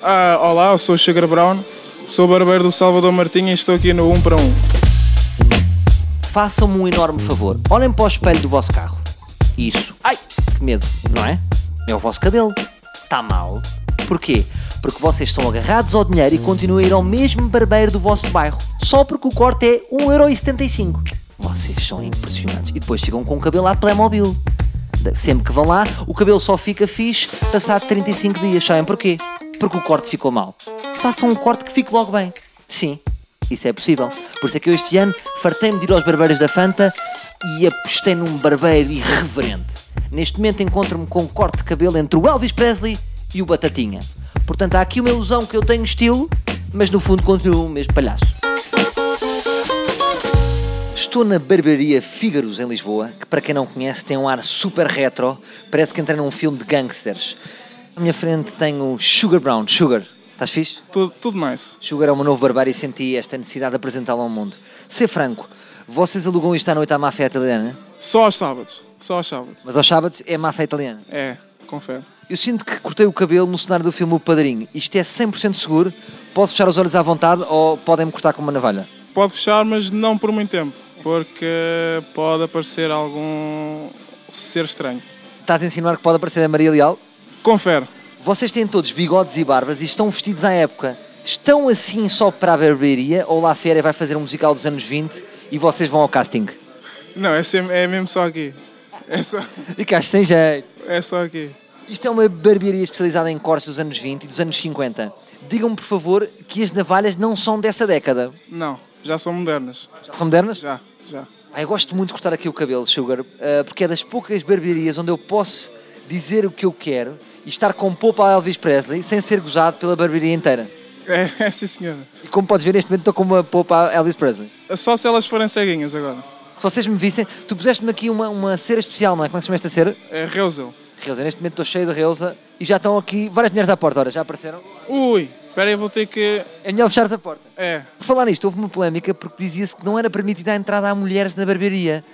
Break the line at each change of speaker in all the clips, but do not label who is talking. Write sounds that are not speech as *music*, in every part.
Ah, olá, eu sou o Sugar Brown, sou barbeiro do Salvador Martinha e estou aqui no 1 para 1.
Façam-me um enorme favor. Olhem para o espelho do vosso carro. Isso. Ai, que medo, não é? É o vosso cabelo. Está mal. Porquê? Porque vocês estão agarrados ao dinheiro e continuam a ir ao mesmo barbeiro do vosso bairro. Só porque o corte é 1,75€. Vocês são impressionantes. E depois chegam com o cabelo à Playmobil. Da- Sempre que vão lá, o cabelo só fica fixe passado 35 dias. Sabem porquê? Porque o corte ficou mal. Façam um corte que fique logo bem. Sim, isso é possível. Por isso é que eu este ano fartei-me de ir aos barbeiros da Fanta e apostei num barbeiro irreverente. Neste momento encontro-me com um corte de cabelo entre o Elvis Presley e o Batatinha. Portanto, há aqui uma ilusão que eu tenho estilo, mas no fundo continuo o mesmo palhaço. Estou na barbearia Fígaros em Lisboa, que para quem não conhece tem um ar super retro, parece que entrei num filme de gangsters. À minha frente tenho Sugar Brown. Sugar, estás fixe?
Tudo, tudo nice.
Sugar é uma novo barbeiro e senti esta necessidade de apresentá-lo ao mundo. Ser franco, vocês alugam isto à noite à máfia italiana,
Só aos sábados, só aos sábados.
mas aos sábados é máfia italiana.
É, confere.
Eu sinto que cortei o cabelo no cenário do filme O Padrinho. Isto é 100% seguro, posso fechar os olhos à vontade ou podem-me cortar com uma navalha?
Pode fechar, mas não por muito tempo, porque pode aparecer algum ser estranho.
Estás a insinuar que pode aparecer a Maria Leal?
Confere.
Vocês têm todos bigodes e barbas e estão vestidos à época. Estão assim só para a barbearia ou lá a Féria vai fazer um musical dos anos 20 e vocês vão ao casting?
Não, é, sem- é mesmo só aqui. É só,
E cá tem jeito.
é só aqui.
Isto é uma barbearia especializada em cortes dos anos 20 e dos anos 50. Digam-me, por favor, que as navalhas não são dessa década.
Não, já são modernas.
Já são modernas?
Já, já.
Ah, eu gosto muito de cortar aqui o cabelo, Sugar, ah, porque é das poucas barbearias onde eu posso dizer o que eu quero e estar com poupa a Elvis Presley sem ser gozado pela barbearia inteira.
É, *laughs* é sim senhora.
E como podes ver, neste momento estou com uma poupa a Elvis Presley.
Só se elas forem ceguinhas agora.
Se vocês me vissem, tu puseste-me aqui uma, uma cera especial, não é? Como é que se chama esta cera?
É Reuzel.
Reusa, neste momento estou cheio de Reusa e já estão aqui várias mulheres à porta, ora, já apareceram.
Ui, espera aí, vou ter que...
É melhor fechares a porta.
É,
Por falar nisto, houve uma polémica porque dizia-se que não era permitida a entrada a mulheres na barbearia.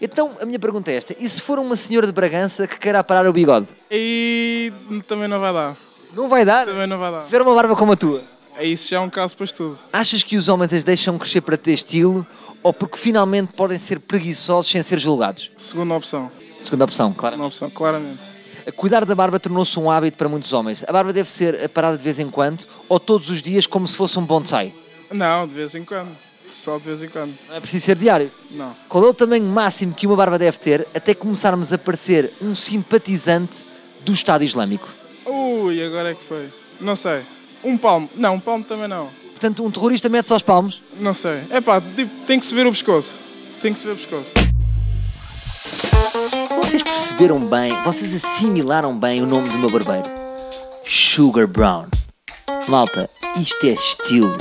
Então, a minha pergunta é esta, e se for uma senhora de Bragança que queira aparar o bigode?
aí também não vai dar.
Não vai dar?
Também não vai dar.
Se tiver uma barba como a tua.
É isso, já é um caso para estudo.
Achas que os homens as deixam crescer para ter estilo ou porque finalmente podem ser preguiçosos sem ser julgados?
Segunda opção.
Segunda opção, claro.
Segunda opção, claramente.
Cuidar da barba tornou-se um hábito para muitos homens. A barba deve ser parada de vez em quando ou todos os dias como se fosse um bonsai.
Não, de vez em quando. Só de vez em quando.
Não é preciso ser diário.
Não.
Qual é o tamanho máximo que uma barba deve ter até começarmos a parecer um simpatizante do Estado Islâmico?
Ui, agora é que foi. Não sei. Um palmo. Não, um palmo também não.
Portanto, um terrorista mete-se aos palmos.
Não sei. É pá, tipo, tem que se ver o pescoço. Tem que se ver o pescoço.
Vocês perceberam bem, vocês assimilaram bem o nome do meu barbeiro. Sugar Brown. Malta, isto é estilo.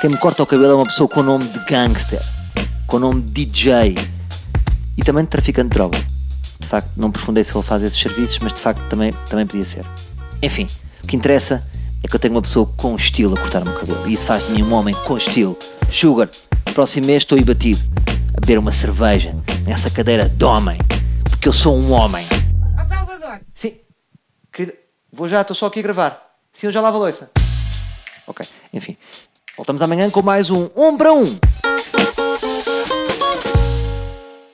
Quem me corta o cabelo é uma pessoa com o nome de gangster, com o nome de DJ e também de traficante de droga. De facto, não aprofundei se ele faz esses serviços, mas de facto também, também podia ser. Enfim, o que interessa é que eu tenho uma pessoa com estilo a cortar-me o cabelo e isso faz de mim um homem com estilo. Sugar, próximo mês estou ibatido a beber uma cerveja nessa cadeira de homem, porque eu sou um homem.
Ó Salvador,
Sim. Querida, vou já, estou só aqui a gravar. Sim, eu já lavo a louça. Ok, enfim. Voltamos amanhã com mais um 1 para 1.